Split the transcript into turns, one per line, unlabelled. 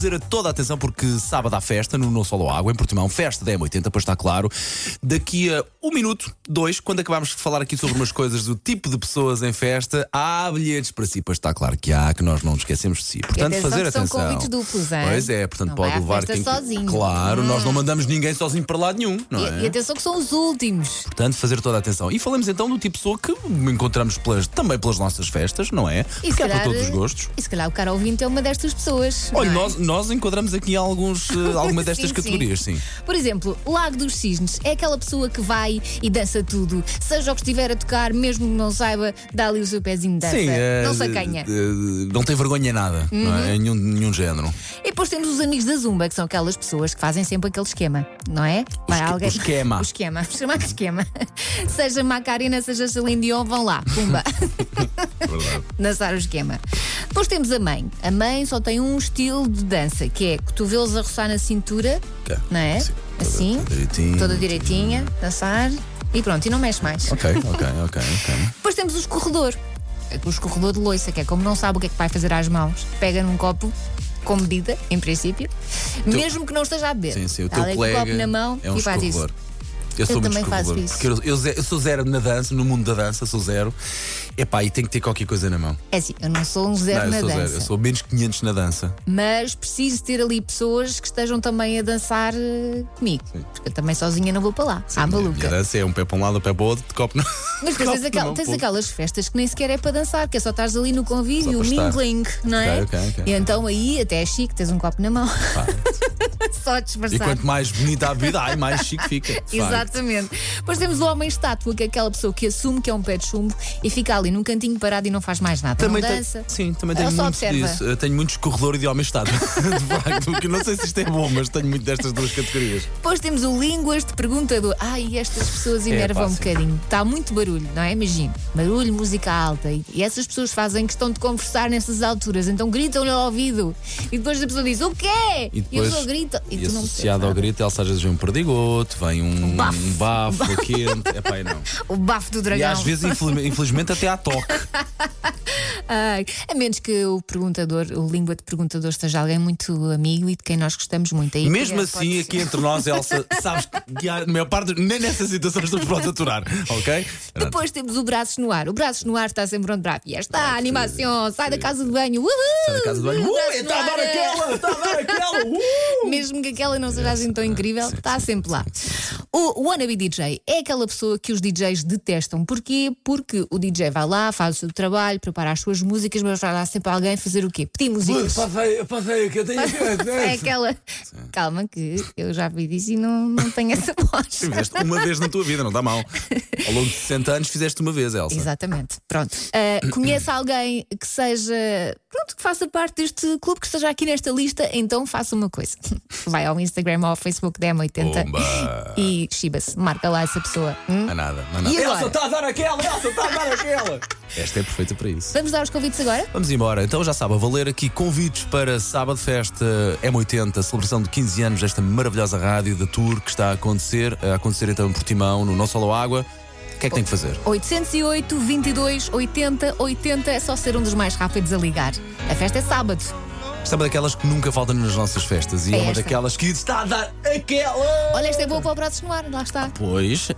Dizer a toda a atenção porque sábado há festa no No Solo Água, em Portimão, festa da M80, para estar claro. Daqui a um minuto, dois, quando acabarmos de falar aqui sobre umas coisas do tipo de pessoas em festa, há bilhetes para si, para estar claro que há, que nós não nos esquecemos de si. Portanto,
atenção
fazer
que são
atenção.
convites duplos, hein?
Pois é, portanto
Não
pode
vai à
levar
festa
quem.
sozinho. Hum.
Claro, nós não mandamos ninguém sozinho para lado nenhum, não é?
E, e atenção que são os últimos.
Portanto, fazer toda a atenção. E falamos então do tipo de pessoa que encontramos pelas- também pelas nossas festas, não é?
E se
Porque há para
calhar-
todos os gostos.
E se calhar o cara ouvinte é uma destas pessoas.
Olha,
não é?
nós, nós enquadramos aqui alguns, eh, algumas destas
Sim, sim.
categorias, sim.
Por exemplo, Lago dos Cisnes é aquela pessoa que vai e dança tudo. Seja o que estiver a tocar, mesmo que não saiba, dá ali o seu pezinho de dança.
eh,
não é. se acanha. Uhum.
eh, não tem vergonha em nada, não é? Em nenhum, nenhum género.
E depois temos os amigos da Zumba, que são aquelas pessoas que fazem sempre aquele esquema, não é? Vai
esque- o esquema.
O esquema, vamos chamar de esquema. seja Macarena, seja Celine Dion, vão lá, pumba. Dançar o esquema. Depois temos a mãe. A mãe só tem um estilo de dança, que é cotovelos a roçar na cintura,
Ok.
não é?
Tá. Sim, toda-
assim,
toda direitinha.
toda direitinha, dançar e pronto, e não mexe mais.
Ok, ok, ok, ok.
Depois temos o escorredor. O escorredor de loiça, que é como não sabe o que é que vai fazer às mãos, pega num copo com medida, em princípio, mesmo que não esteja a beber.
Sim, sim, o
Dá
teu
ali com o
colega
copo na mão
é um
e faz isso.
escorredor. Eu sou muito
também faço
escorredor,
isso.
Porque eu, eu ze- eu sou zero na dança, no mundo da dança, sou zero. Epá, e tenho que ter qualquer coisa na mão.
É assim, eu não sou um
não,
zero
eu
na
sou
dança, Ah,
zero, eu sou menos 500 na dança.
mas preciso ter ali pessoas que estejam também a dançar eh, comigo, porque eu também sozinha não vou para lá, à
A minha
maluca.
dança é um pé para um lado, um pé para o outro, de copo no.
Mas depois tens,
copo
aquel-
na mão,
tens
pô.
aquelas festas que nem sequer é para dançar, que é só estás ali no convívio, o
Só para estar.
mingling, não é?
Ok, ok, ok.
E então aí até é chique, tens um copo na mão,
Pá,
só
E
disfarçar.
quanto mais bonita a vida, ai, mais chique fica. de facto.
Exatamente. Depois temos o homem estátua, que é aquela pessoa que assume que é um pé de chumbo e fica ali num cantinho parado e não faz mais nada. não
tem-
dança.
sim, também
Ela
tenho
só
muito
observa.
disso. Eu tenho muitos corredores de homem estado. de facto, que não sei se isto é bom, mas tenho muito destas duas categorias.
Depois temos o línguas de perguntador. Ai, estas pessoas enervam um
É, sim.
bocadinho. Está muito barulho, não é? Imagino. Barulho, música alta. E e essas pessoas fazem questão de conversar nessas alturas, então gritam-lhe ao ouvido. E depois a pessoa diz: O quê?
E
eu
depois,
só grito. E,
e
tu não
associado ao
percebes
grito, ela às vezes vem um perdigoto, vem um
bafo.
um bafo quente. É pai, não.
nada. O bafo do dragão.
E às vezes, infel- infelizmente, até há toque.
Ai, a menos que o perguntador, o língua de perguntador, esteja alguém muito amigo e de quem nós gostamos muito. Aí,
Mesmo
é, pode
assim,
ser.
aqui entre nós, Elsa, sabes que há- na maior parte, nem nessa situação estamos prontos a aturar, ok?
Depois temos o braços no ar. O braços no ar está sempre onde bravo. E
Ah,
esta animação, sai da casa de banho. Uhul!
Sai da casa do banho.
Braços
Uh, está a
no
dar
ar. eh,
aquela, está a dar aquela. Uh!
Mesmo que aquela não seja assim tão incrível, está sempre lá. O wannabe DJ é aquela pessoa que os DJs detestam. Porquê? Porque o DJ vai lá, faz o seu trabalho, prepara as suas músicas, mas vai lá sempre alguém fazer o quê? Pedir músicas.
Passei, passei, que eu tenho
É aquela. Calma, que eu já vi disso e não, não tenho essa voz.
Fizeste uma vez na tua vida, não dá mal. Ao longo de 60 anos fizeste uma vez, Elsa.
Exatamente, pronto. Uh, conhece alguém que seja, pronto, que faça parte deste clube, que esteja aqui nesta lista, então faça uma coisa. Vai ao Instagram ou ao Facebook da M80
Pumba.
e chiba-se, marca lá essa pessoa. Hum?
Não é nada, não é nada.
E agora?
Elsa está a dar aquela, Elsa está a dar aquela. Esta é perfeita para isso.
Vamos dar os convites agora?
Vamos embora, então já sabe, a valer aqui convites para Sábado Festa M80, celebração de 15 anos desta maravilhosa rádio da Tour que está a acontecer, a acontecer então em Portimão, no Nosso Alô Água. O que é que tem que fazer?
808 22 80 80 é só ser um dos mais rápidos a ligar. A festa é sábado.
Esta é uma daquelas que nunca faltam nas nossas festas e é uma
Festa.
daquelas que está a dar aquela.
Olha, esta é boa para o braços no ar, lá está.
Pois.